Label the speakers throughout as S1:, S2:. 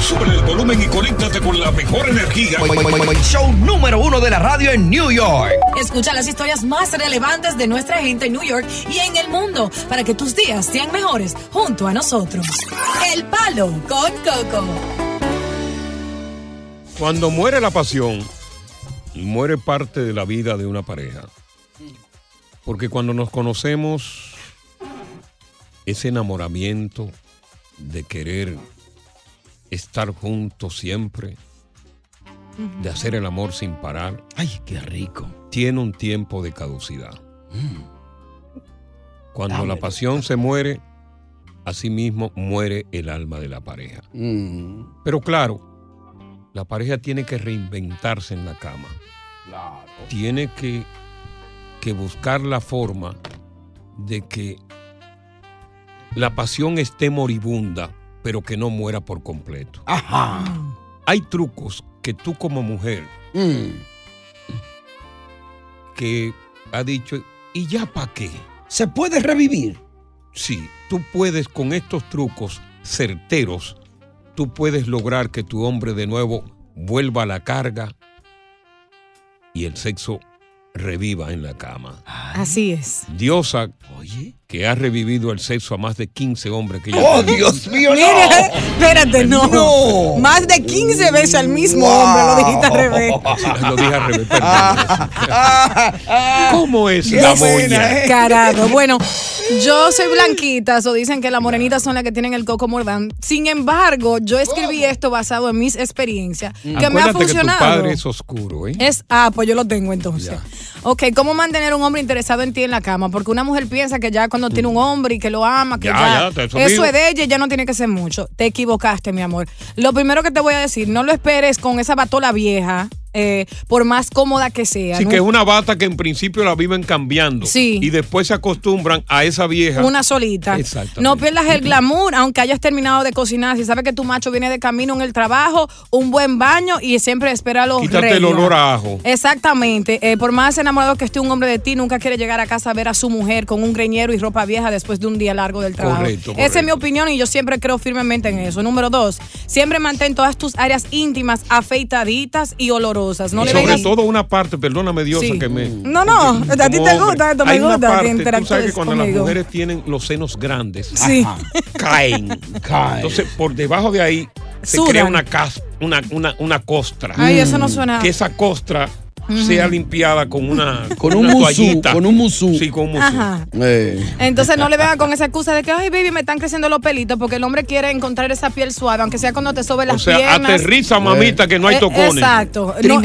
S1: Sube el volumen y conéctate con la mejor energía.
S2: Show número uno de la radio en New York.
S3: Escucha las historias más relevantes de nuestra gente en New York y en el mundo para que tus días sean mejores junto a nosotros. El Palo con Coco.
S4: Cuando muere la pasión, muere parte de la vida de una pareja. Porque cuando nos conocemos, ese enamoramiento de querer estar juntos siempre, de hacer el amor sin parar.
S2: Ay, qué rico.
S4: Tiene un tiempo de caducidad. Cuando la pasión se muere, asimismo muere el alma de la pareja.
S2: Mm.
S4: Pero claro, la pareja tiene que reinventarse en la cama. Tiene que, que buscar la forma de que la pasión esté moribunda, pero que no muera por completo.
S2: Ajá.
S4: Hay trucos que tú como mujer
S2: Mm.
S4: que ha dicho, ¿y ya para qué?
S2: ¿Se puede revivir?
S4: Sí, tú puedes con estos trucos certeros, tú puedes lograr que tu hombre de nuevo vuelva a la carga y el sexo reviva en la cama.
S3: Así es.
S4: Diosa,
S2: Oye.
S4: que ha revivido el sexo a más de 15 hombres que ya
S2: ¡Oh,
S4: tiene.
S2: Dios mío,
S3: Mira,
S2: no!
S3: espérate, no.
S2: No.
S3: Más de 15 veces al mismo
S2: Wow.
S3: hombre, lo dijiste al revés.
S4: Lo dije al revés, perdón. ¿Cómo es
S2: Qué
S4: la
S2: escena,
S4: moña? Mm.
S2: ¿eh?
S3: Carado. Bueno, yo soy blanquita, o dicen que las morenitas son las que tienen el coco mordán. Sin embargo, yo escribí esto basado en mis experiencias,
S2: Mm.
S3: que me ha
S4: Acuérdate que tu
S3: funcionado.
S4: padre es oscuro, ¿eh?
S3: Es, ah, pues yo lo tengo entonces.
S4: Ya.
S3: Ok, ¿cómo mantener un hombre interesado en ti en la cama? Porque una mujer piensa que ya cuando tiene un hombre y que lo ama, que
S4: Mm. Ya,
S3: ya,
S4: ya, te- eso
S3: eso
S4: digo.
S3: es de ella y ya no tiene que ser mucho. Te equivocaste, mi amor. Lo primero que te voy a decir, no lo esperes con esa batola vieja, eh, por más cómoda que sea.
S4: Así
S3: ¿no?
S4: que es una bata que en principio la viven cambiando.
S3: Sí.
S4: Y después se acostumbran a esa vieja.
S3: Una solita.
S4: Exactamente.
S3: No pierdas el glamour, aunque hayas terminado de cocinar. Si sabes que tu macho viene de camino en el trabajo, un buen baño y siempre espera los
S4: Quítate el
S3: regios.
S4: olor a ajo.
S3: Exactamente. Eh, por más enamorado que esté un hombre de ti, nunca quiere llegar a casa a ver a su mujer con un greñero y ropa vieja después de un día largo del trabajo.
S4: Correcto,
S3: Esa es mi
S4: correcto.
S3: opinión y yo siempre creo firmemente en eso. Número dos, siempre mantén todas tus áreas íntimas afeitaditas y olorosas. No
S4: Y
S3: le
S4: sobre
S3: vengas-
S4: todo una parte, perdóname Dios,
S3: Sí.
S4: que me...
S3: No, no,
S4: porque
S3: a ti
S4: como
S3: te
S4: hombre,
S3: gusta esto, me
S4: hay una
S3: gusta
S4: parte,
S3: que
S4: Tú sabes
S3: interactúes
S4: que cuando las
S3: conmigo.
S4: mujeres tienen los senos grandes,
S3: Sí.
S4: caen.
S2: Caen.
S4: Entonces, por debajo de ahí se
S3: Sudan.
S4: crea una, cas- una, una, una costra.
S3: Ay, eso no suena.
S4: Que esa costra sea limpiada con una,
S2: Con un
S4: una
S2: musú,
S4: toallita.
S2: con un musú.
S4: Sí, con un musú.
S3: Ajá.
S2: Eh.
S3: Entonces no le vengan con esa excusa de que, ay, baby, me están creciendo los pelitos, porque el hombre quiere encontrar esa piel suave, aunque sea cuando te sobe las
S4: O sea,
S3: piernas.
S4: aterriza, mamita, que no hay
S3: Eh,
S4: tocones.
S3: Exacto. No,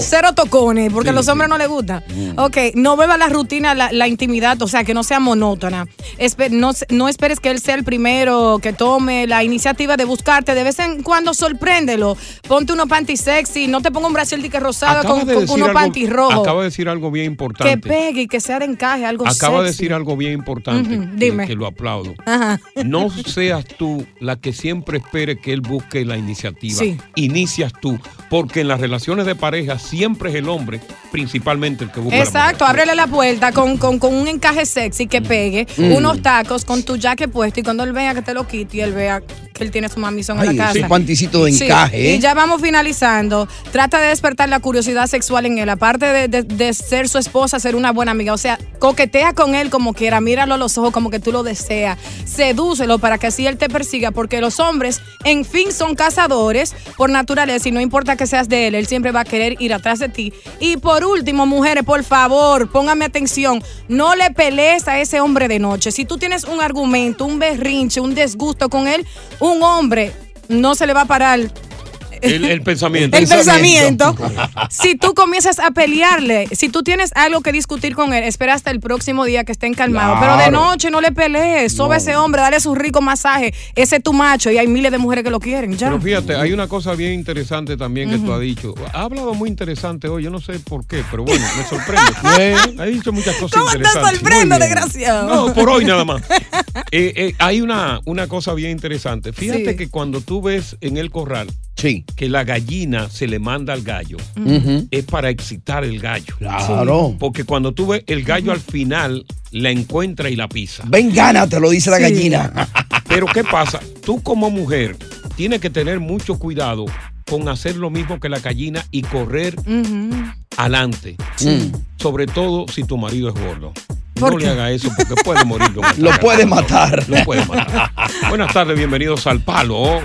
S3: cero tocones, porque a los hombres no les gusta.
S4: Mm.
S3: Ok, no beba la rutina, la, la intimidad, o sea, que no sea monótona. Espe- no, se- no esperes que él sea el primero que tome la iniciativa de buscarte. De vez en cuando sorpréndelo. Ponte unos panties sexy, no te ponga un brasil dique rosado
S4: Acaba
S3: con,
S4: de
S3: con
S4: decir
S3: unos
S4: algo-
S3: panties rojos.
S4: Acaba de decir algo bien
S3: Que
S4: importante.
S3: pegue y que sea de encaje, algo
S4: Acaba de
S3: sexy.
S4: decir algo bien importante.
S3: Ujú,
S4: que-
S3: dime.
S4: Que, lo aplaudo.
S3: Ajá.
S4: No seas tú la que siempre espere que él busque la iniciativa.
S3: Sí.
S4: Inicias tú. Porque en las relaciones de pareja siempre es el hombre, principalmente, el que busca la
S3: Exacto, ábrele la puerta con, con, con un encaje sexy que pegue,
S4: Mm.
S3: unos tacos con tu jaque puesto y cuando él vea que te lo quite y él vea que él tiene su mamizón
S2: Ay,
S3: en la casa.
S2: ese panticito de
S3: Sí,
S2: encaje,
S3: Y
S2: ¿eh?
S3: ya vamos finalizando. Trata de despertar la curiosidad sexual en él, aparte de, de- de ser su esposa, ser una buena amiga. O sea, coquetea con él como quiera, míralo a los ojos como que tú lo deseas, sedúcelo para que así él te persiga, porque los hombres, en fin, son cazadores por naturaleza y no importa que seas de él, él siempre va a querer ir atrás de ti. Y por último, mujeres, por favor, pónganme atención, no le pelees a ese hombre de noche. Si tú tienes un argumento, un berrinche, un desgusto con él, un hombre no se le va a parar
S4: El, el pensamiento.
S3: El pensamiento. si tú comienzas a pelearle, si tú tienes algo que discutir con él, espera hasta el próximo día que estén calmados. Pero de
S4: Claro.
S3: noche no le pelees, sobe ese hombre, dale su rico masaje. Ese es tu macho y hay miles de mujeres que lo quieren. Ya.
S4: Pero fíjate, hay una cosa bien interesante también que tú
S3: Ujú.
S4: has dicho. Ha hablado muy interesante hoy, yo no sé por qué, pero bueno, me sorprende. ha dicho muchas cosas
S3: ¿Cómo te
S4: interesantes.
S3: sorprendo,
S4: Muy bien.
S3: desgraciado?
S4: No, por hoy nada más. Eh, eh, hay una, una cosa bien interesante. Fíjate
S3: Sí.
S4: que cuando tú ves en el corral que la gallina se le manda al gallo,
S2: Ujú.
S4: es para excitar el gallo.
S2: Claro.
S4: Porque cuando tú ves el gallo al final, la encuentra y la pisa.
S2: Ven, gana, te lo dice la gallina.
S4: Pero ¿qué pasa? Tú como mujer tienes que tener mucho cuidado con hacer lo mismo que la gallina y correr
S5: Mm-hmm.
S4: adelante.
S2: Sí. Mm.
S4: Sobre todo si tu marido es gordo.
S2: ¿Por
S4: No
S2: qué?
S4: le haga eso porque puede morir. de un
S2: Lo
S4: ataque
S2: puede
S4: al corazón.
S2: matar.
S4: Lo puede matar. Buenas tardes, bienvenidos al Palo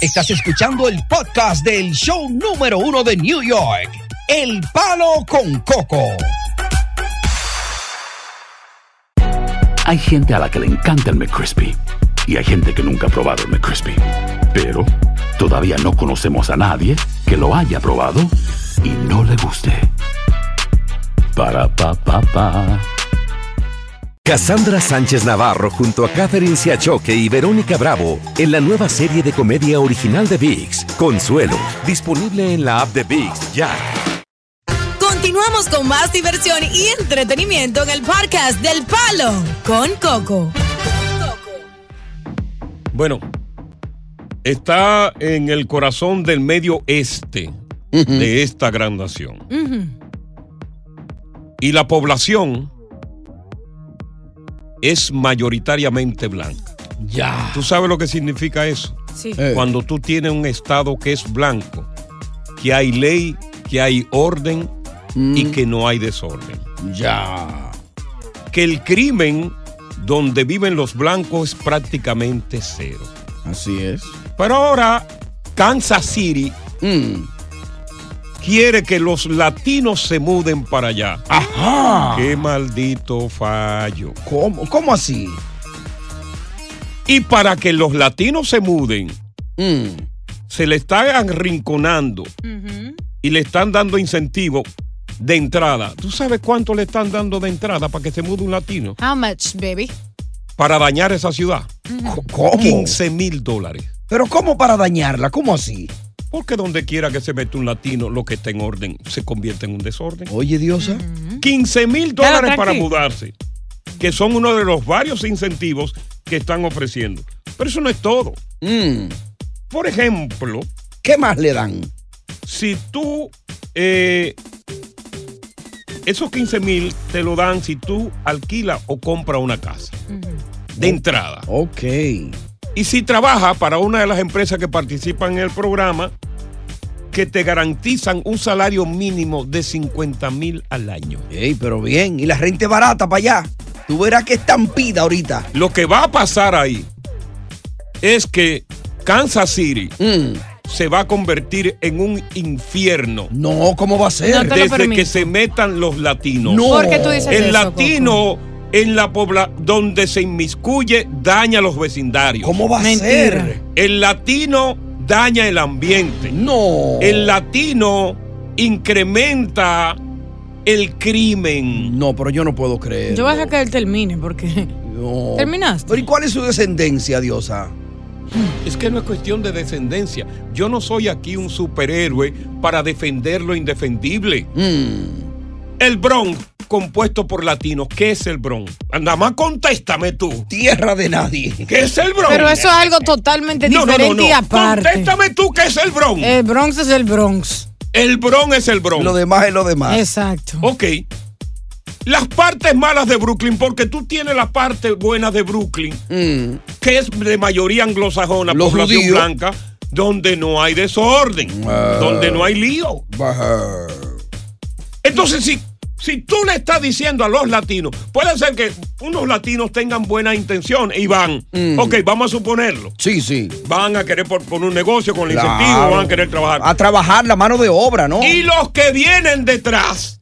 S2: Estás escuchando el podcast del show número uno de New York, El Palo con Coco.
S6: Hay gente a la que le encanta el McCrispy y hay gente que nunca ha probado el McCrispy. Pero todavía no conocemos a nadie que lo haya probado y no le guste. Para pa pa pa.
S7: Cassandra Sánchez Navarro junto a Catherine Siachoque y Verónica Bravo en la nueva serie de comedia original de VIX, Consuelo, disponible en la app de VIX ya.
S8: Continuamos con más diversión y entretenimiento en el podcast del Palo con Coco.
S4: Bueno, está en el corazón del medio este de esta gran nación.
S5: Mm-hmm.
S4: y la población es mayoritariamente blanca.
S2: Ya. Eh.
S4: ¿Tú sabes lo que significa eso?
S3: Sí.
S4: Cuando tú tienes un estado que es blanco, que hay ley, que hay orden y que no hay desorden.
S2: Mm. Ya.
S4: Que el crimen donde viven los blancos es prácticamente cero.
S2: Así es.
S4: Pero ahora Kansas City
S2: Mm.
S4: quiere que los latinos se muden para allá.
S2: Ajá.
S4: Qué maldito fallo.
S2: ¿Cómo, cómo así?
S4: Y para que los latinos se muden,
S2: Mm.
S4: se le está arrinconando y le están dando incentivo de entrada. ¿Tú sabes cuánto le están dando de entrada para que se mude un latino?
S3: How much, baby?
S4: Para dañar esa ciudad.
S2: ¿Cómo?
S4: 15 mil dólares.
S2: Pero ¿cómo para dañarla? ¿Cómo así?
S4: Porque donde quiera que se mete un latino, lo que está en orden se convierte en un desorden.
S2: Oye, Diosa.
S4: 15 mil
S2: Mm-hmm. Claro,
S4: dólares para
S2: tranqui.
S4: mudarse, que son uno de los varios incentivos que están ofreciendo. Pero eso no es todo. Por ejemplo.
S2: Mm. ¿Qué más le dan?
S4: Si tú. eh, esos 15 mil te lo dan si tú alquilas o compras una casa. De entrada.
S2: Ok.
S4: Y si trabajas para una de las empresas que participan en el programa, que te garantizan un salario mínimo de 50 mil al año.
S2: Ey, pero bien. Y la gente barata para allá. Tú verás que estampida ahorita. Mm.
S4: Lo que va a pasar ahí es que Kansas City se va a convertir en un infierno.
S9: No, ¿cómo va a ser? No te lo
S4: Desde
S9: permito.
S4: que se metan los latinos.
S9: No. ¿Por qué tú dices
S4: El
S9: eso,
S4: latino en la pobla donde se inmiscuye daña los vecindarios.
S9: ¿Cómo va a Mentira. ser?
S4: El latino daña el ambiente.
S9: No.
S4: El latino incrementa el crimen.
S9: No, pero yo no puedo creer.
S3: Yo voy a dejar que él termine porque.
S9: No.
S3: ¿Terminaste?
S9: Pero ¿y cuál es su descendencia, diosa?
S4: Es que no es cuestión de descendencia. Yo no soy aquí un superhéroe para defender lo indefendible.
S9: Mm.
S4: El Bronx, compuesto por latinos, ¿qué es el Bronx? Nada más contéstame tú.
S9: Tierra de nadie.
S4: ¿Qué es el Bronx?
S3: Pero eso es algo totalmente
S4: No, no, no,
S3: diferente y
S4: no.
S3: aparte.
S4: Contéstame tú qué es el Bronx.
S3: El Bronx es el Bronx.
S4: El Bronx es el Bronx.
S9: Lo demás es lo demás.
S3: Exacto.
S4: Ok. Las partes malas de Brooklyn, porque tú tienes la parte buena de Brooklyn, que es de mayoría anglosajona,
S9: Mm. Los
S4: población
S9: judíos.
S4: blanca, donde no hay desorden,
S9: Ah.
S4: donde no hay lío.
S9: Baja.
S4: Entonces, si, si tú le estás diciendo a los latinos, puede ser que unos latinos tengan buena intención y van, ok, vamos a suponerlo.
S9: Mm. Sí, sí.
S4: Van a querer por- poner un negocio con el incentivo,
S9: Claro.
S4: van a querer trabajar.
S9: A trabajar la mano de obra, ¿no? Mm.
S4: Y los que vienen detrás,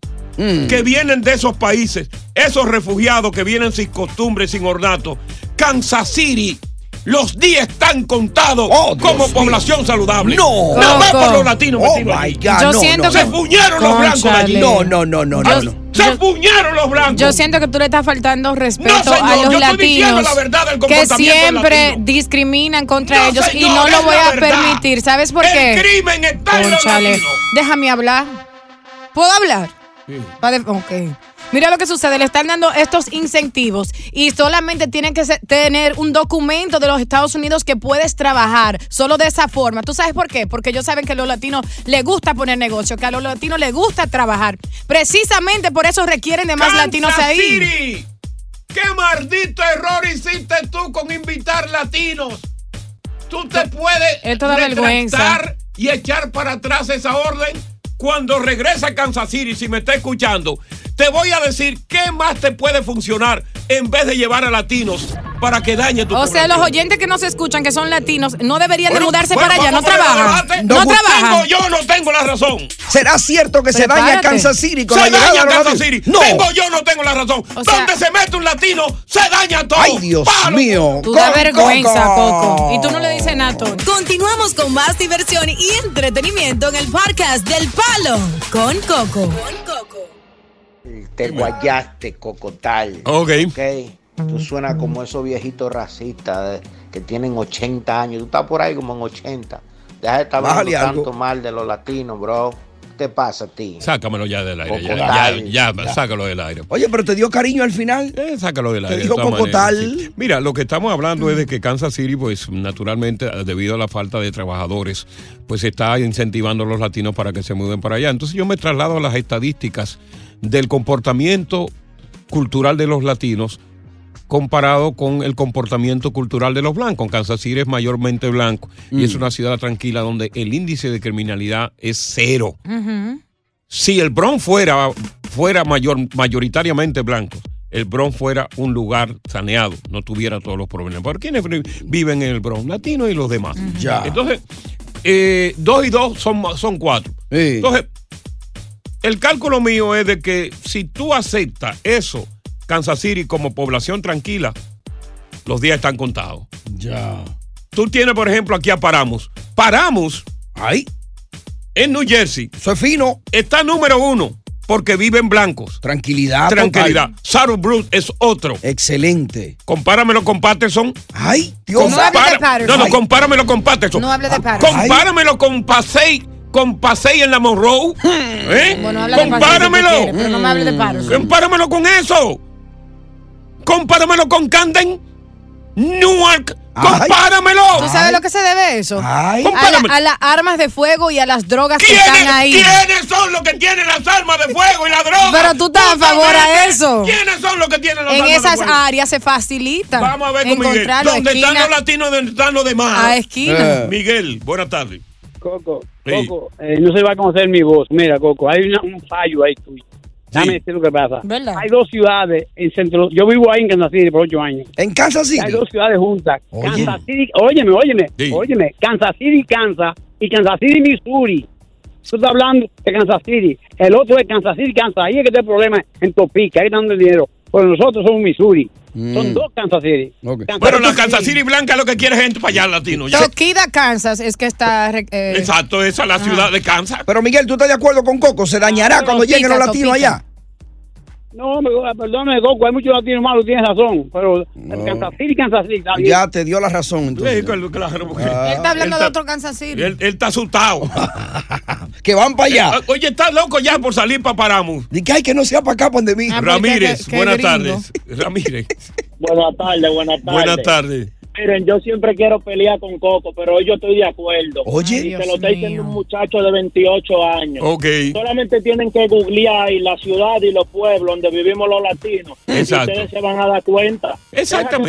S4: que vienen de esos países, esos refugiados que vienen sin costumbre, sin ornato, Kansas City. Los días están contados como población saludable.
S9: Oh, No.
S4: Nada más
S9: Coco.
S4: por los latinos.
S9: Oh
S4: metidos
S9: my
S4: allí.
S9: God, Yo no, siento no, que-
S4: Se fuñaron los blancos de
S9: Cónchale.
S4: allí.
S9: No, no, no, no, no, no.
S4: Se fuñaron los blancos.
S3: Yo siento que tú le estás faltando respeto
S4: No, señor,
S3: a
S4: yo
S3: los
S4: estoy diciendo
S3: latinos
S4: la verdad del
S3: que
S4: comportamiento
S3: siempre
S4: latino.
S3: discriminan contra
S4: No,
S3: ellos y
S4: señor,
S3: no
S4: es
S3: lo voy
S4: la
S3: a
S4: verdad.
S3: permitir. ¿Sabes por
S4: El
S3: qué?
S4: crimen está en los
S3: Cónchale,
S4: latinos.
S3: Déjame hablar. ¿Puedo hablar? Pa' de- ok. Mira lo que sucede, le están dando estos incentivos y solamente tienen que se- tener un documento de los Estados Unidos que puedes trabajar, solo de esa forma. ¿Tú sabes por qué? Porque ellos saben que a los latinos les gusta poner negocio, que a los latinos les gusta trabajar. Precisamente por eso requieren de más
S4: Kansas
S3: latinos ahí.
S4: City, ¿Qué maldito error hiciste tú con invitar latinos? Tú te puedes
S3: esto da vergüenza.
S4: retractar y echar para atrás esa orden cuando regresa a Kansas City, si me está escuchando. Te voy a decir qué más te puede funcionar en vez de llevar a latinos para que dañe tu
S3: O sea, los
S4: población.
S3: oyentes que no se escuchan, que son latinos, no deberían
S4: Bueno,
S3: de mudarse
S4: bueno,
S3: para allá, no
S4: vamos a poner
S3: trabajan.
S4: debate.
S3: No,
S4: Tengo-
S3: trabajan.
S4: Yo no tengo la razón.
S9: ¿Será cierto que se daña
S4: Prepárate.
S9: Kansas City con
S4: se
S9: la llegada
S4: daña
S9: de los
S4: Kansas
S9: latinos?
S4: City.
S9: No.
S4: Tengo yo no tengo la razón. Donde se mete un latino, se daña todo.
S9: Ay, Dios mío.
S3: Tú da
S9: Con
S3: vergüenza,
S9: Coco.
S3: Coco. Y tú no le dices nada, Tony.
S8: Continuamos con más diversión y entretenimiento en el podcast del Palo con Coco.
S10: Te guayaste, cocotal.
S4: Ok.
S10: Tú suenas como esos viejitos racistas de- que tienen 80 años. Tú estás por ahí como en 80. Deja de estar hablando
S4: Bájale algo.
S10: tanto mal de los latinos, bro. ¿Qué te pasa a ti?
S4: Sácamelo ya del aire. Ya,
S10: Cocotal.
S4: ya, ya, sácalo del aire.
S9: Oye, pero te dio cariño al final.
S4: Eh, sácalo del
S9: Te
S4: aire. de
S9: dijo
S4: todas
S9: Coco
S4: maneras,
S9: tal.
S4: sí. Mira, lo que estamos hablando es de que Kansas City, pues naturalmente, debido a la falta de trabajadores, pues está incentivando a los latinos para que se muden para allá. Entonces yo me traslado a las estadísticas del comportamiento cultural de los latinos comparado con el comportamiento cultural de los blancos. Kansas City es mayormente blanco y es una ciudad tranquila donde el índice de criminalidad es cero si el Bronx fuera, fuera mayor, mayoritariamente blanco, el Bronx fuera un lugar saneado, no tuviera todos los problemas. ¿Por quiénes vi- viven en el Bronx? Latinos y los demás.
S9: Ya.
S4: Entonces, eh, dos y dos son, ma- son cuatro. Entonces, el cálculo mío es de que si tú aceptas eso, Kansas City, como población tranquila, los días están contados.
S9: Ya.
S4: Tú tienes, por ejemplo, aquí a Paramos. Paramos. Ahí. En New Jersey.
S9: Eso es fino.
S4: Está número uno porque viven blancos.
S9: Tranquilidad.
S4: Tranquilidad.
S9: total.
S4: Saru Bruce es otro.
S9: Excelente.
S4: Compáramelo con Patterson.
S9: Ay, Dios.
S4: Compara-
S9: No hable de Patterson.
S4: No, no,
S9: Ay.
S4: compáramelo con Patterson.
S3: No hable de Patterson.
S4: Compáramelo con Pasey. Con Pasey en la Monroe. ¿Eh?
S3: Bueno, habla de Patterson
S4: Compáramelo.
S3: si tú quieres, pero no me hable de Patterson.
S4: Compáramelo con eso. Compáramelo con Camden. Newark. Compáramelo.
S3: ¿Tú sabes lo que se debe eso? A, la-
S4: Compárame.
S3: a las armas de fuego y a las drogas que
S4: ¿Quiénes-
S3: están ahí.
S4: ¿Quiénes son los que tienen las armas de fuego y la droga?
S3: Pero tú estás a favor a eso.
S4: ¿Quiénes son los que tienen las
S3: En
S4: armas de
S3: esas
S4: fuego?
S3: áreas se facilita
S4: Vamos a ver con Miguel.
S3: encontrar
S4: ¿Dónde
S3: esquina.
S4: están los latinos? ¿Dónde están los demás?
S3: A esquina. Eh.
S4: Miguel, buenas tardes.
S11: Coco,
S4: Sí.
S11: Coco, eh, no se va a conocer mi voz. Mira, Coco, hay una- un fallo ahí tuyo. Dame decir lo que pasa.
S3: ¿Verdad?
S11: Hay dos ciudades en centro. Yo vivo ahí en Kansas City por ocho años.
S9: ¿En Kansas City?
S11: Hay dos ciudades juntas. Kansas City, óyeme, óyeme, óyeme. Kansas City y Kansas y Kansas City, Missouri. Tú estás hablando de Kansas City. El otro es Kansas City, Kansas. Ahí es que está el problema en Topica. Ahí está dando el dinero. Pero nosotros somos Missouri.
S9: Mm.
S11: Son dos Kansas City. Kansas
S4: Bueno, la Kansas City Blanca lo que quiere es gente para allá latino. ya.
S3: Toquida, Kansas, es que está... re- eh,
S4: Exacto, esa es la ciudad de Kansas.
S2: Pero Miguel, ¿tú estás de acuerdo con Coco? ¿Se dañará
S11: No,
S2: cuando
S11: pica,
S2: lleguen los
S11: no
S2: latinos
S11: pica.
S2: allá?
S11: No, me, perdóname, Coco, hay muchos latinos malos, tienes razón. Pero Kansas City, Kansas City, está bien.
S2: Ya te dio la razón. Entonces. Ah.
S4: Claro, porque
S3: Él está hablando
S4: él
S3: de
S4: está-
S3: otro Kansas City.
S4: Él, él está asustado. Eh,
S2: que van para allá.
S4: Oye, está loco ya por salir para Paramus.
S2: Dice que hay que no sea para acá, pues,
S3: Ah,
S2: pandemia.
S4: Ramírez, buenas tardes. Ramírez,
S11: Buenas tardes, buenas tardes.
S4: buenas tardes.
S11: Miren, yo siempre quiero pelear con Coco, pero hoy yo estoy de acuerdo.
S4: Oye.
S11: y te lo está diciendo un muchacho de 28 años.
S4: Ok.
S11: Solamente tienen que googlear y la ciudad y los pueblos donde vivimos los latinos. Y
S4: Exacto.
S11: ustedes se van a dar cuenta.
S4: Exactamente.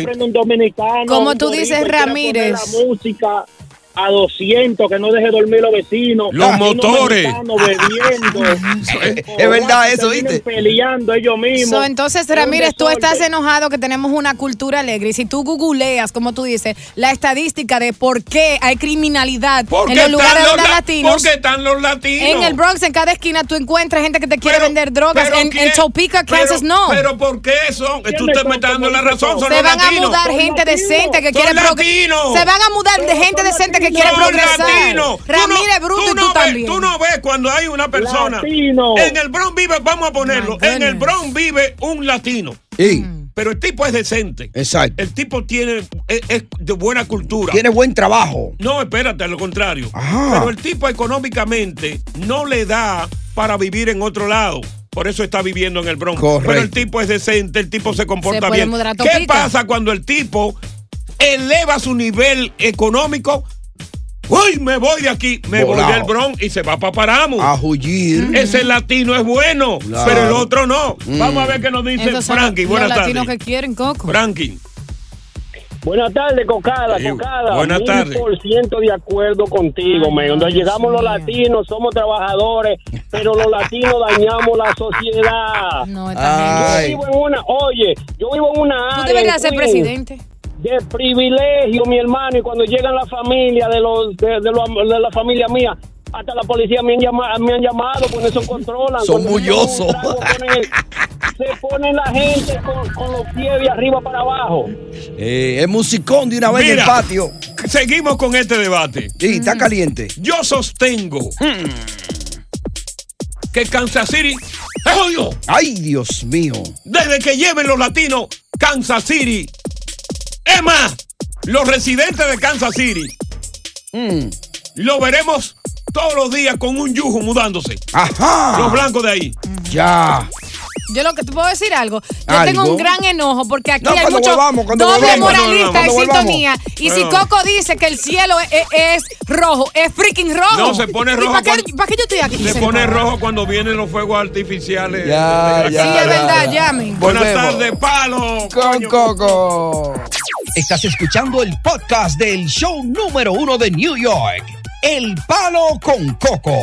S11: Deja que prenda un dominicano.
S3: Como
S11: un
S3: tú
S11: boricua
S3: dices,
S11: y quiera
S3: Ramírez.
S11: poner La música a 200, que no deje dormir los vecinos.
S4: Los
S11: Latinos
S4: motores.
S11: mexicanos Bebiendo.
S2: es verdad eso,
S11: Terminan
S2: ¿viste?
S11: Peleando ellos mismos.
S3: So, entonces,
S11: Es un
S3: Ramírez, tú
S11: desorden.
S3: estás enojado que tenemos una cultura alegre. Y si tú googleas, como tú dices, la estadística de por qué hay criminalidad
S4: ¿Por
S3: en
S4: qué
S3: los lugares
S4: están
S3: donde
S4: los
S3: hay
S4: la-
S3: latinos.
S4: por qué están los latinos?
S3: En el Bronx, en cada esquina, tú encuentras gente que te quiere vender drogas.
S4: pero
S3: En,
S4: quién-
S3: en Topeka,
S4: pero-
S3: Kansas, no.
S4: Pero ¿por qué son? Tú estás me estás dando la razón, son
S3: se
S4: los
S3: van a
S4: latinos.
S3: mudar gente decente que
S4: Son
S3: quiere progre-
S4: latinos.
S3: Se van a mudar de gente decente que quiere
S4: Son
S3: progresar.
S4: latinos. Tú
S3: Ramírez
S4: no-
S3: Bruto
S4: tú
S3: y
S4: no
S3: tú
S4: ves-
S3: también.
S4: Tú no ves cuando hay una persona.
S11: Latino.
S4: En el Bronx vive, vamos a ponerlo, en el Bronx vive un latino. Pero el tipo es decente.
S2: Exacto.
S4: El tipo tiene es, es de buena cultura.
S2: Tiene buen trabajo.
S4: No, espérate, a lo contrario.
S2: Ajá.
S4: Pero el tipo económicamente no le da para vivir en otro lado. Por eso está viviendo en el Bronx.
S2: Correcto.
S4: Pero el tipo es decente, el tipo se comporta
S3: Se puede
S4: bien.
S3: mudar a
S4: ¿Qué
S3: Topica.
S4: pasa cuando el tipo eleva su nivel económico? Uy, me voy de aquí, me voy
S2: Volao.
S4: del Bronx y se va para Paramos.
S2: A huyir.
S4: Ese latino es bueno,
S2: Claro.
S4: pero el otro no.
S2: Mm.
S4: Vamos a ver qué nos dice
S3: Esos son
S4: Frankie.
S3: los
S4: Buenas
S3: latinos
S4: tardes.
S3: que quieren, Coco.
S4: Frankie.
S11: Buenas tardes, Cocada,
S4: Sí,
S11: Cocada.
S4: buenas tardes.
S11: por ciento de acuerdo contigo, men. Donde llegamos los latinos, somos trabajadores, pero los latinos dañamos la sociedad.
S3: No,
S11: yo vivo en una, oye, yo vivo en una área.
S3: Tú deberías
S11: en
S3: ser
S11: Queens,
S3: presidente.
S11: De privilegio, mi hermano, y cuando llegan la familia de los de, de los- de la familia mía, hasta la policía me han, llama- me han llamado, con eso controlan.
S2: Son
S11: Cuando Ah, yo tomo un
S2: bullosos.
S11: trago, ponen el- Se ponen la gente con, con los pies de arriba para abajo.
S2: Eh, el musicón de una vez en
S4: Mira.
S2: el patio.
S4: Seguimos con este debate.
S2: Sí, está caliente. Hmm.
S4: Yo sostengo que Kansas City es jodido.
S2: Ay, Dios mío.
S4: Desde que lleven los latinos, Kansas City. Es más, los residentes de Kansas City
S2: Hmm.
S4: lo veremos todos los días con un yujo mudándose.
S2: Ajá.
S4: Los blancos de ahí.
S2: Ya.
S3: Yo lo que te puedo decir algo. Yo
S4: ¿Algo?
S3: tengo un gran enojo porque aquí
S2: No,
S3: hay
S2: cuando
S3: mucho
S2: volvamos, cuando
S3: doble
S2: volvamos.
S3: moralista en
S2: Cuando volvamos. Ah.
S3: sintonía. Y si
S4: Bueno.
S3: Coco dice que el cielo e- e- es, rojo, es freaking rojo.
S4: No, se pone
S3: ¿Y
S4: rojo
S3: ¿Para qué,
S4: cuando-
S3: pa' qué yo estoy aquí?
S4: Se
S3: señor?
S4: pone rojo cuando vienen los fuegos artificiales.
S2: Ya,
S4: de- de-
S2: ya,
S3: Sí,
S2: ya,
S3: es verdad,
S2: ya.
S3: llame.
S4: Eh, Buenas
S2: Volvemos.
S4: tardes, palo.
S2: Con
S4: coño.
S2: Coco. Estás escuchando el podcast del show número uno de New York. El palo con Coco.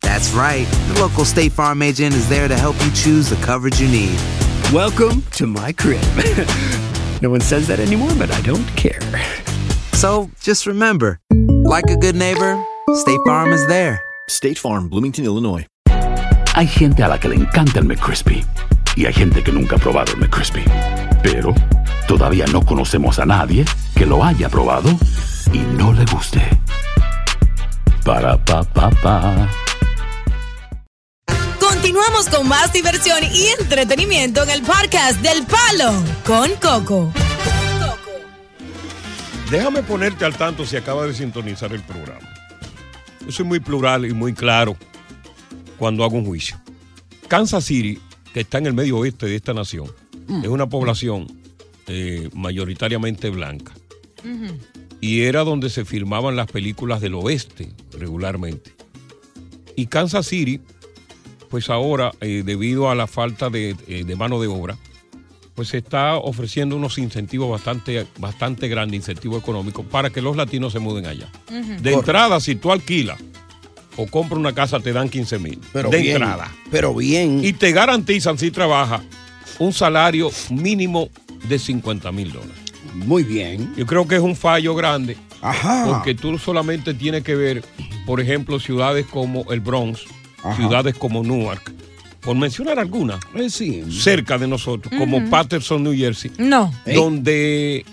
S12: That's right. The local State Farm agent is there to help you choose the coverage you need.
S13: Welcome to my crib. no one says that anymore, but I don't care.
S12: So just remember, like a good neighbor, State Farm is there.
S6: State Farm, Bloomington, Illinois. Hay gente a la que le encanta el McCrispy y hay gente que nunca ha probado el McCrispy. Pero todavía no conocemos a nadie que lo haya probado y no le guste. Para pa pa pa.
S14: Continuamos con más diversión y entretenimiento en el podcast del Palo con Coco.
S4: Déjame ponerte al tanto si acaba de sintonizar el programa. Yo soy muy plural y muy claro cuando hago un juicio. Kansas City, que está en el medio oeste de esta nación, es una población eh, mayoritariamente blanca. y era donde se filmaban las películas del oeste regularmente. Y Kansas City, pues ahora, eh, debido a la falta de, eh, de mano de obra, pues se está ofreciendo unos incentivos bastante, bastante grandes, incentivos económicos, para que los latinos se muden allá. De entrada, si tú alquilas o compras una casa, te dan 15 mil.
S9: Pero
S4: de
S9: bien,
S4: entrada.
S9: pero bien.
S4: Y te garantizan, si trabajas, un salario mínimo de 50 mil dólares.
S9: Muy bien. Ah,
S4: Yo creo que es un fallo grande. Porque tú solamente tienes que ver, por ejemplo, ciudades como el Bronx, ciudades como Newark, por mencionar algunas, cerca de nosotros, como
S3: Ujú.
S4: Patterson, New Jersey
S3: No.
S4: donde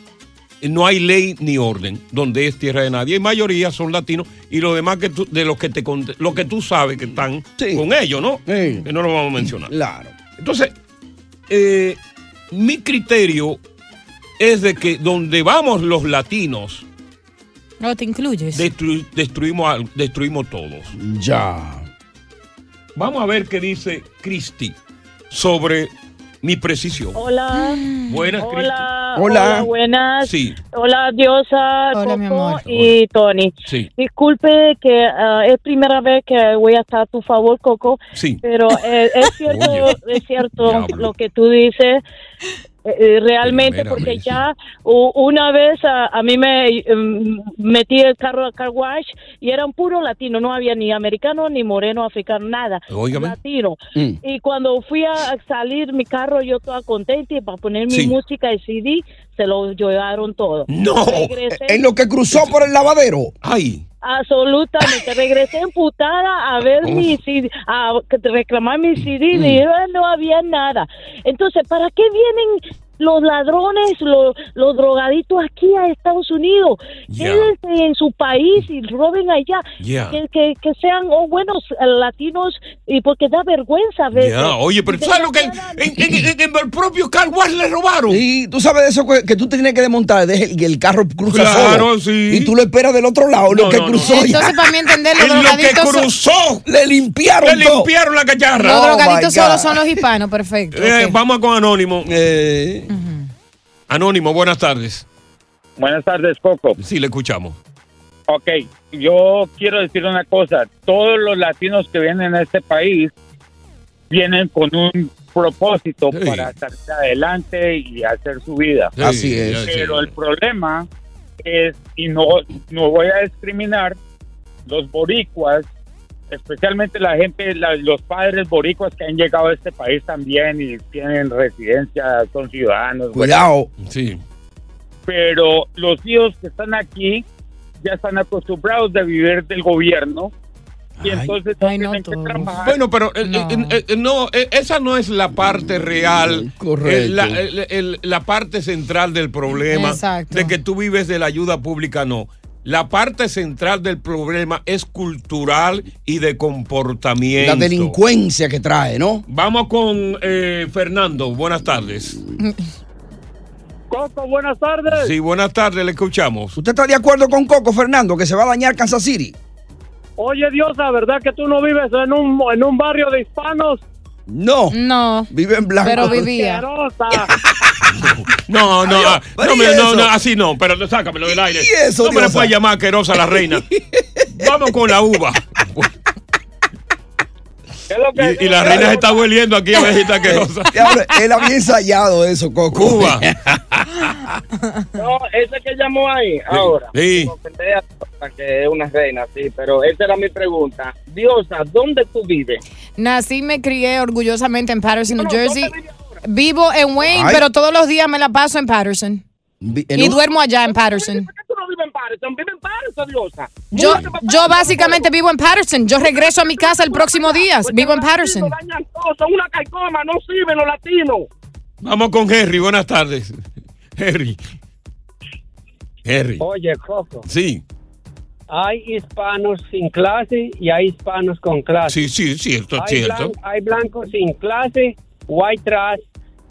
S4: no hay ley ni orden, donde es tierra de nadie. Y mayoría son latinos y los demás que tú- de los que te con- lo que tú sabes que están con ellos, ¿no? Que no lo vamos a mencionar.
S9: Claro.
S4: Entonces, eh, mi criterio es de que donde vamos los latinos,
S3: No te incluyes.
S4: destru- destruimos, al- destruimos todos.
S9: Ya.
S4: Vamos a ver qué dice Christy sobre mi precisión.
S15: Hola.
S4: Buenas, Cristi.
S15: hola,
S4: Hola.
S15: hola. buenas.
S4: Sí.
S15: Hola, Diosa, Coco y Tony.
S4: Sí.
S15: Disculpe que ah, es primera vez que voy a estar a tu favor, Coco.
S4: Sí.
S15: Pero eh, es cierto, es cierto lo que tú dices. eh, eh, Realmente,
S16: Primera
S15: porque
S16: vez.
S15: ya u- una vez a, a mí me em, metí el carro a car wash y eran puro latino, no había ni americano, ni moreno, africano, nada.
S4: Óigame.
S15: Latino.
S4: Mm.
S15: Y cuando fui a salir mi carro, yo estaba contenta y para poner mi
S9: Sí.
S15: música y CD, se lo llevaron
S2: Ah.
S15: todo.
S9: No.
S15: Regresé-
S9: En lo que cruzó por el lavadero.
S4: Ay.
S15: Absolutamente. Regresé emputada a ver mi CD, a reclamar mi CD
S9: Mm.
S15: y eh, no había nada. Entonces, ¿para qué vienen los ladrones, los, los drogaditos aquí a Estados Unidos?
S17: Ya.
S15: Quédense en su país y roben allá.
S17: Ya.
S15: Que, que- que sean oh, buenos eh, latinos y porque da vergüenza a veces.
S9: Ya, oye, pero ¿sabes lo que
S15: en,
S4: el propio Car Wash le robaron?
S9: Sí, tú sabes de eso que, que tú tienes que desmontar de- y el carro cruza
S4: Claro,
S9: solo.
S4: sí.
S9: Y tú lo esperas del otro lado, lo
S4: No,
S9: que
S4: no, no.
S9: cruzó. ya.
S3: Entonces, para mí entender, los
S9: En lo que
S3: drogaditos son-
S4: cruzó.
S9: Le limpiaron
S4: Le
S9: todo.
S4: limpiaron la
S2: oh
S4: cacharra.
S3: Los drogaditos solo son los hispanos, perfecto.
S4: Eh,
S3: ok.
S4: Vamos con Anónimo. Anónimo, buenas tardes.
S18: Buenas tardes, Coco.
S4: Sí, le escuchamos.
S18: Ok, yo quiero decir una cosa. Todos los latinos que vienen a este país vienen con un propósito para salir adelante y hacer su vida.
S9: Sí, Así es.
S18: Pero el problema es, y no, no voy a discriminar, los boricuas, especialmente la gente, la- los padres boricuas que han llegado a este país también y tienen residencia, son ciudadanos. bueno,
S9: Cuidado.
S4: Sí.
S18: pero los hijos que están aquí ya están acostumbrados de vivir del gobierno y entonces no tienen que trabajar.
S4: Bueno, pero eh, eh, eh, no, eh, esa no es la parte real.
S18: correcto.
S4: Eh, La, el- el- la parte central del problema
S3: Exacto.
S4: de que tú vives de la ayuda pública, no. La parte central del problema es cultural y de comportamiento.
S9: La delincuencia que trae, ¿no?
S4: Vamos con eh, Fernando. Buenas tardes.
S17: Coco, buenas tardes.
S4: Sí, buenas tardes. Le escuchamos.
S9: ¿Usted está de acuerdo con Coco, Fernando, que se va a dañar Kansas City?
S17: Oye, Diosa, ¿verdad que tú no vives en un, en un barrio de hispanos?
S9: No.
S3: No.
S9: Vive en blanco.
S11: pues,
S17: Asquerosa.
S4: No, no, ah,
S9: pero
S4: no,
S9: ¿y
S4: me- no,
S9: eso?
S4: no, así no, pero sácamelo del aire.
S9: ¿Y eso,
S4: no me le
S9: Diosa?
S4: puedes llamar asquerosa a la reina. Vamos con la uva. Y, y la reina se está hueliendo aquí a ver si está asquerosa.
S9: Diablo, él había ensayado eso, Coco.
S4: Cuba.
S17: No, ese que llamó ahí, ahora.
S4: Sí.
S17: Me ofendí a- a Que es una reina, sí, pero esa era mi pregunta. Diosa, ¿dónde tú vives?
S3: Nací y me crié orgullosamente en Patterson, New Jersey. Vivo en Wayne,
S17: Ay.
S3: pero todos los días me la paso en Patterson.
S17: en
S3: y
S17: un-
S3: duermo allá en Patterson.
S17: Tú no vives en Patterson, vives en Patterson, Diosa.
S3: Yo, yo básicamente vivo en Patterson. Yo regreso a mi casa el próximo día.
S17: Pues
S3: Vivo en Patterson.
S17: Dañan todo, son una caicoma, no sirven los latinos.
S4: Vamos con Henry, buenas tardes. Henry. Henry.
S17: Oye, Coco.
S4: Sí,
S17: Hay hispanos sin clase y hay hispanos con clase.
S4: sí, sí, cierto,
S17: hay
S4: cierto.
S17: blan- hay blancos sin clase, white trash,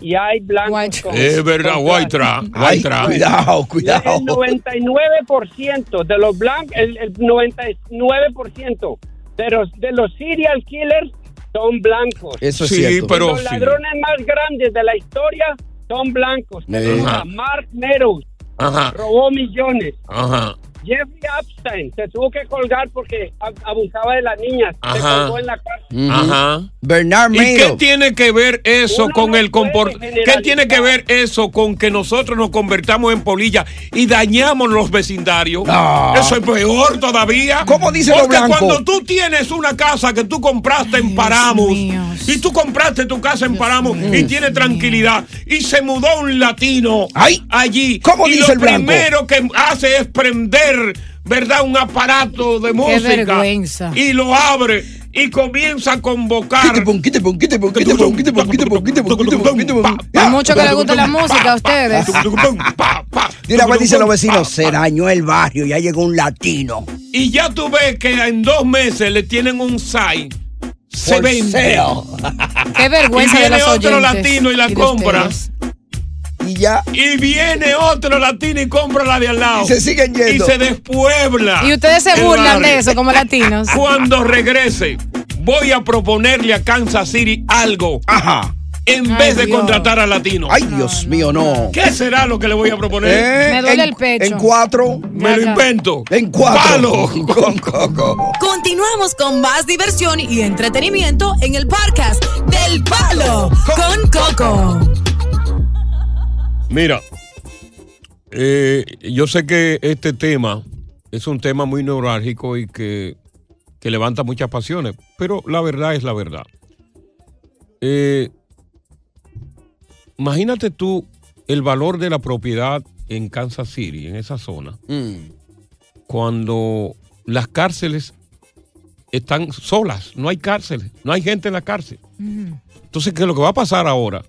S17: y hay blancos con
S4: Es verdad,
S17: con
S4: white
S17: clase.
S4: tra, white tra.
S17: El 99% de los blancos, el, el 99% de los, de los serial killers son blancos.
S4: Eso es Sí, cierto. pero
S17: los
S4: sí.
S17: ladrones más grandes de la historia son blancos.
S4: Ajá.
S17: Tenemos a Mark Meadows,
S4: Ajá.
S17: robó millones.
S4: Ajá.
S17: Jeffrey Epstein se tuvo que colgar porque ab- abusaba de las niñas. Se
S4: Ajá.
S17: colgó en la cárcel.
S4: Ajá.
S2: Bernard
S4: ¿Y qué
S2: Madoff.
S4: tiene que ver eso
S17: Uno
S4: con
S17: no
S4: el comportamiento? ¿Qué
S17: generalizar.
S4: tiene que ver eso con que nosotros nos convertamos en polilla y dañamos los vecindarios?
S2: Ah.
S4: Eso es peor todavía.
S2: ¿Cómo dice lo
S4: Porque
S2: blanco?
S4: cuando tú tienes una casa que tú compraste en Paramos y tú compraste tu casa en Paramos y tienes tranquilidad y se mudó un latino allí.
S2: ¿Cómo
S4: y
S2: dice
S4: lo
S2: el blanco?
S4: primero que hace es prender, ¿verdad? Un aparato de música.
S2: vergüenza.
S4: Y lo abre y comienza a convocar.
S3: Hay mucho que le gusta la música a ustedes.
S2: Mira, pues dicen los vecinos, se dañó el barrio, ya llegó un latino.
S4: Y ya tú ves que en dos meses le tienen un SAI. Se
S2: For
S4: vende.
S2: sale.
S3: Qué vergüenza
S4: Y
S3: de
S4: viene
S3: los
S4: otro
S3: oyentes
S4: latino y la
S3: y de
S4: compra.
S3: ustedes.
S2: Y ya.
S4: Y viene otro latino y compra la de al lado.
S2: Y se siguen yendo.
S4: Y se despuebla.
S3: Ah, Y ustedes se
S4: el
S3: burlan
S4: barrio.
S3: de eso como latinos.
S4: Cuando regrese, voy a proponerle a Kansas City algo.
S2: Ajá.
S4: En
S3: Ay,
S4: vez de
S3: Dios.
S4: contratar a latinos.
S2: Ay, Dios mío, no.
S4: ¿Qué será lo que le voy a proponer?
S2: Eh,
S3: Me duele
S2: en-
S3: el pecho.
S2: En cuatro.
S4: Me lo invento.
S2: En cuatro.
S4: Palo.
S2: Con coco.
S19: Continuamos con más diversión y entretenimiento en el podcast del Palo con Coco.
S4: Mira, eh, yo sé que este tema es un tema muy neurálgico y que, que levanta muchas pasiones, pero la verdad es la verdad. Eh, imagínate tú el valor de la propiedad en Kansas City, en esa zona, cuando las cárceles están solas, no hay cárceles, no hay gente en la cárcel. Entonces, que lo que va a pasar ahora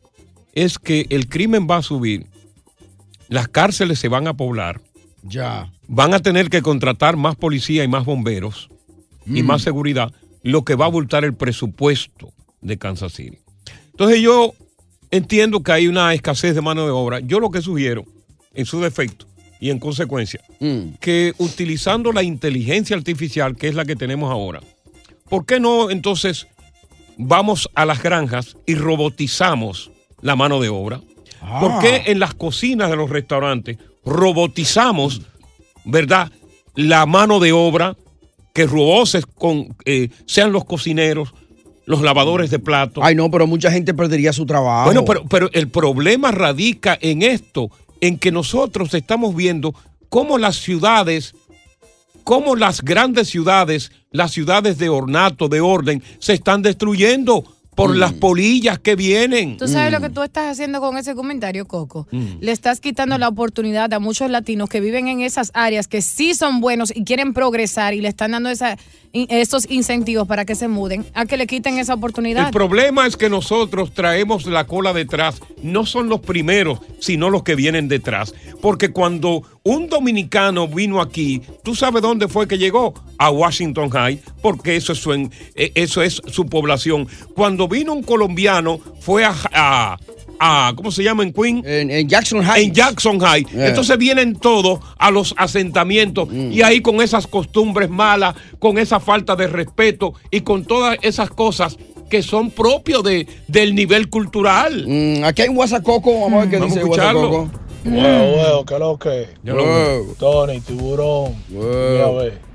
S4: es que el crimen va a subir, las cárceles se van a poblar,
S2: Ya.
S4: van a tener que contratar más policía y más bomberos y
S2: Mm.
S4: más seguridad, lo que va a abultar el presupuesto de Kansas City. Entonces yo entiendo que hay una escasez de mano de obra. Yo lo que sugiero, en su defecto y en consecuencia, que utilizando la inteligencia artificial, que es la que tenemos ahora, ¿por qué no entonces vamos a las granjas y robotizamos la mano de obra?
S2: Ah.
S4: ¿Por qué en las cocinas de los restaurantes robotizamos, verdad, la mano de obra que roboces con, eh, sean los cocineros, los lavadores de platos?
S2: Ay, no, pero mucha gente perdería su trabajo.
S4: Bueno, pues- pero, pero el problema radica en esto, en que nosotros estamos viendo cómo las ciudades, cómo las grandes ciudades, las ciudades de ornato, de orden, se están destruyendo por las polillas que vienen.
S3: Tú sabes lo que tú estás haciendo con ese comentario, Coco.
S4: Mm.
S3: Le estás quitando la oportunidad a muchos latinos que viven en esas áreas que sí son buenos y quieren progresar y le están dando esa, in- esos incentivos para que se muden, a que le quiten esa
S4: El
S3: oportunidad.
S4: problema es que nosotros traemos la cola detrás. No son los primeros, sino los que vienen detrás. Porque cuando un dominicano vino aquí, ¿tú sabes dónde fue que llegó? A Washington High, porque eso es su, en- eh, eso es su población. Cuando vino un colombiano, fue a... a- a- ¿Cómo se llama en Queen?
S2: En, Jackson High.
S4: En Jackson High.
S2: Yeah.
S4: Entonces vienen todos a los asentamientos y ahí con esas costumbres malas, con esa falta de respeto y con todas esas cosas que son propios de, del nivel cultural.
S2: Mm, aquí hay un WhatsAppoco, vamos a ver qué
S4: Vamos a
S2: dice
S4: escucharlo.
S2: WhatsAppoco.
S16: Huevo, huevo, ¿qué lo que?
S4: Ya lo vi.
S16: Tony, tiburón. Mira, a ver.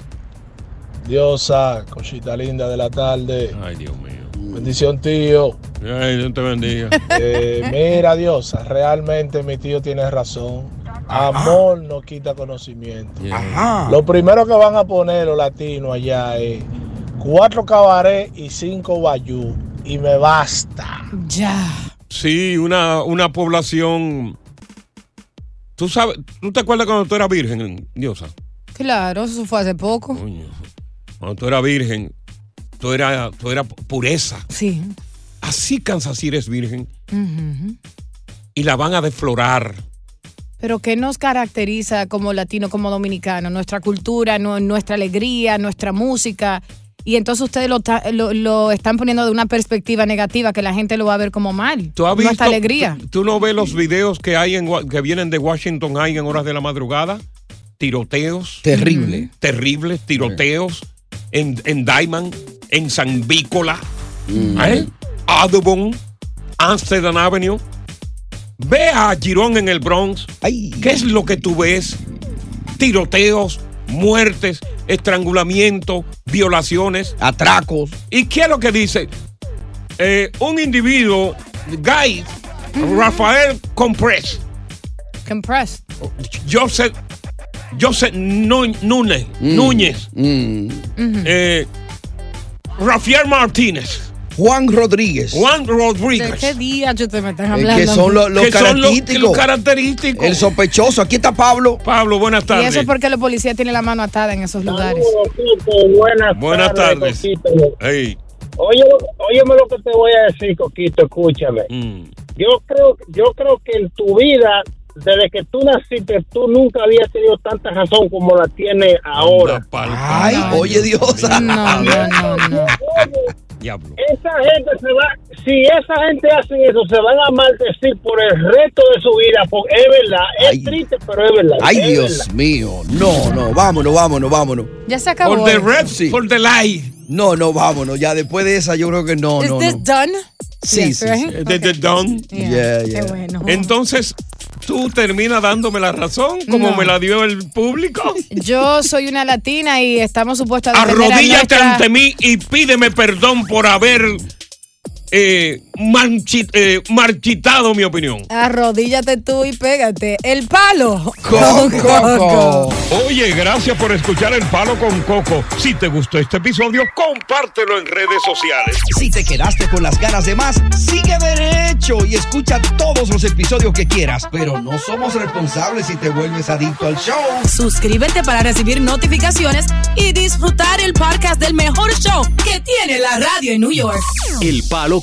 S16: Diosa, cosita linda de la tarde.
S4: Ay, Dios mío.
S16: Bendición, tío.
S4: Ay, Dios te bendiga.
S16: Eh, mira, Diosa, realmente mi tío tiene razón. Amor no quita conocimiento.
S2: Ajá.
S16: Lo primero que van a poner los latinos allá es cuatro cabarets y cinco bayú. Y me basta.
S3: Ya.
S4: Sí, una, una población. Tú sabes, ¿tú te acuerdas cuando tú eras virgen, Diosa?
S3: Claro, eso fue hace poco.
S4: Cuando tú eras virgen, tú eras tú era pureza.
S3: Sí.
S4: Así Kansas City es virgen
S3: Ujú.
S4: y la van a deflorar.
S3: Pero ¿qué nos caracteriza como latino, como dominicano? Nuestra cultura, nu- nuestra alegría, nuestra música. Y entonces ustedes lo, ta- lo- lo están poniendo de una perspectiva negativa que la gente lo va a ver como mal.
S4: ¿Tú has visto,
S3: Nuestra alegría.
S4: ¿tú, tú no ves los videos que hay en, Wa- que vienen de Washington High en horas de la madrugada? Tiroteos.
S3: Mm.
S2: Terrible.
S4: Terribles tiroteos en, en Diamond, en San Vícola,
S2: Mm.
S4: ¿eh? Audubon, Amsterdam Avenue. Ve a Girón en el Bronx. ¿Qué es lo que tú ves? Tiroteos, muertes, estrangulamiento, violaciones. Atracos. ¿Y qué es lo que dice? Eh, un individuo, Guy, Rafael Compress.
S3: Compress.
S4: Joseph, Joseph Nu- Núñez.
S2: Mm.
S4: Núñez.
S3: Mm-hmm.
S4: Eh, Rafael Martínez.
S2: Juan Rodríguez.
S4: Juan
S3: ¿De
S4: Rodríguez.
S3: qué día yo te me están
S2: Eh,
S3: hablando?
S2: que son los, los
S4: Que son los-
S2: característicos.
S4: los característicos.
S2: El sospechoso. Aquí está Pablo.
S4: Pablo, buenas
S3: Y eso es porque la policía tiene la mano atada en esos lugares.
S11: Buenas,
S4: Buenas tardes.
S11: Coquito.
S4: Ey,
S11: Oye, óyeme lo que te voy a decir, Coquito, escúchame.
S4: Mm.
S11: Yo creo, yo creo que en tu vida, desde que tú naciste, tú nunca habías tenido tanta razón como la tienes ahora.
S2: Ay, oye Dios.
S4: Diablo.
S11: Esa gente se va, si esa gente hace eso, se van a maldecir por el resto de su vida, porque es verdad, es triste, pero es verdad.
S2: Ay,
S11: es
S2: Dios mío. No, no, vámonos, vámonos, vámonos.
S3: Ya se acabó.
S2: Sí.
S4: por the light.
S2: No, no, vámonos. Ya después de esa, yo creo que no,
S3: ¿Is
S2: no,
S3: this
S2: no.
S3: done?
S2: Sí,
S3: Yes,
S2: sí,
S3: right?
S4: de- de Don.
S2: Yeah, yeah.
S4: Entonces, tú terminas dándome la razón como
S3: No.
S4: me la dio el público.
S3: Yo soy una latina y estamos supuestos a defender a
S4: Arrodíllate
S3: nuestra-
S4: ante mí y pídeme perdón por haber eh, manchi- eh, marchitado mi opinión.
S3: Arrodíllate tú y pégate. El palo.
S4: Oye, gracias por escuchar El Palo con Coco. Si te gustó este episodio, compártelo en redes sociales.
S2: Si te quedaste con las ganas de más, sigue derecho y escucha todos los episodios que quieras. Pero no somos responsables si te vuelves adicto al show.
S20: Suscríbete para recibir notificaciones y disfrutar el podcast del mejor show que tiene la radio en New York.
S21: El Palo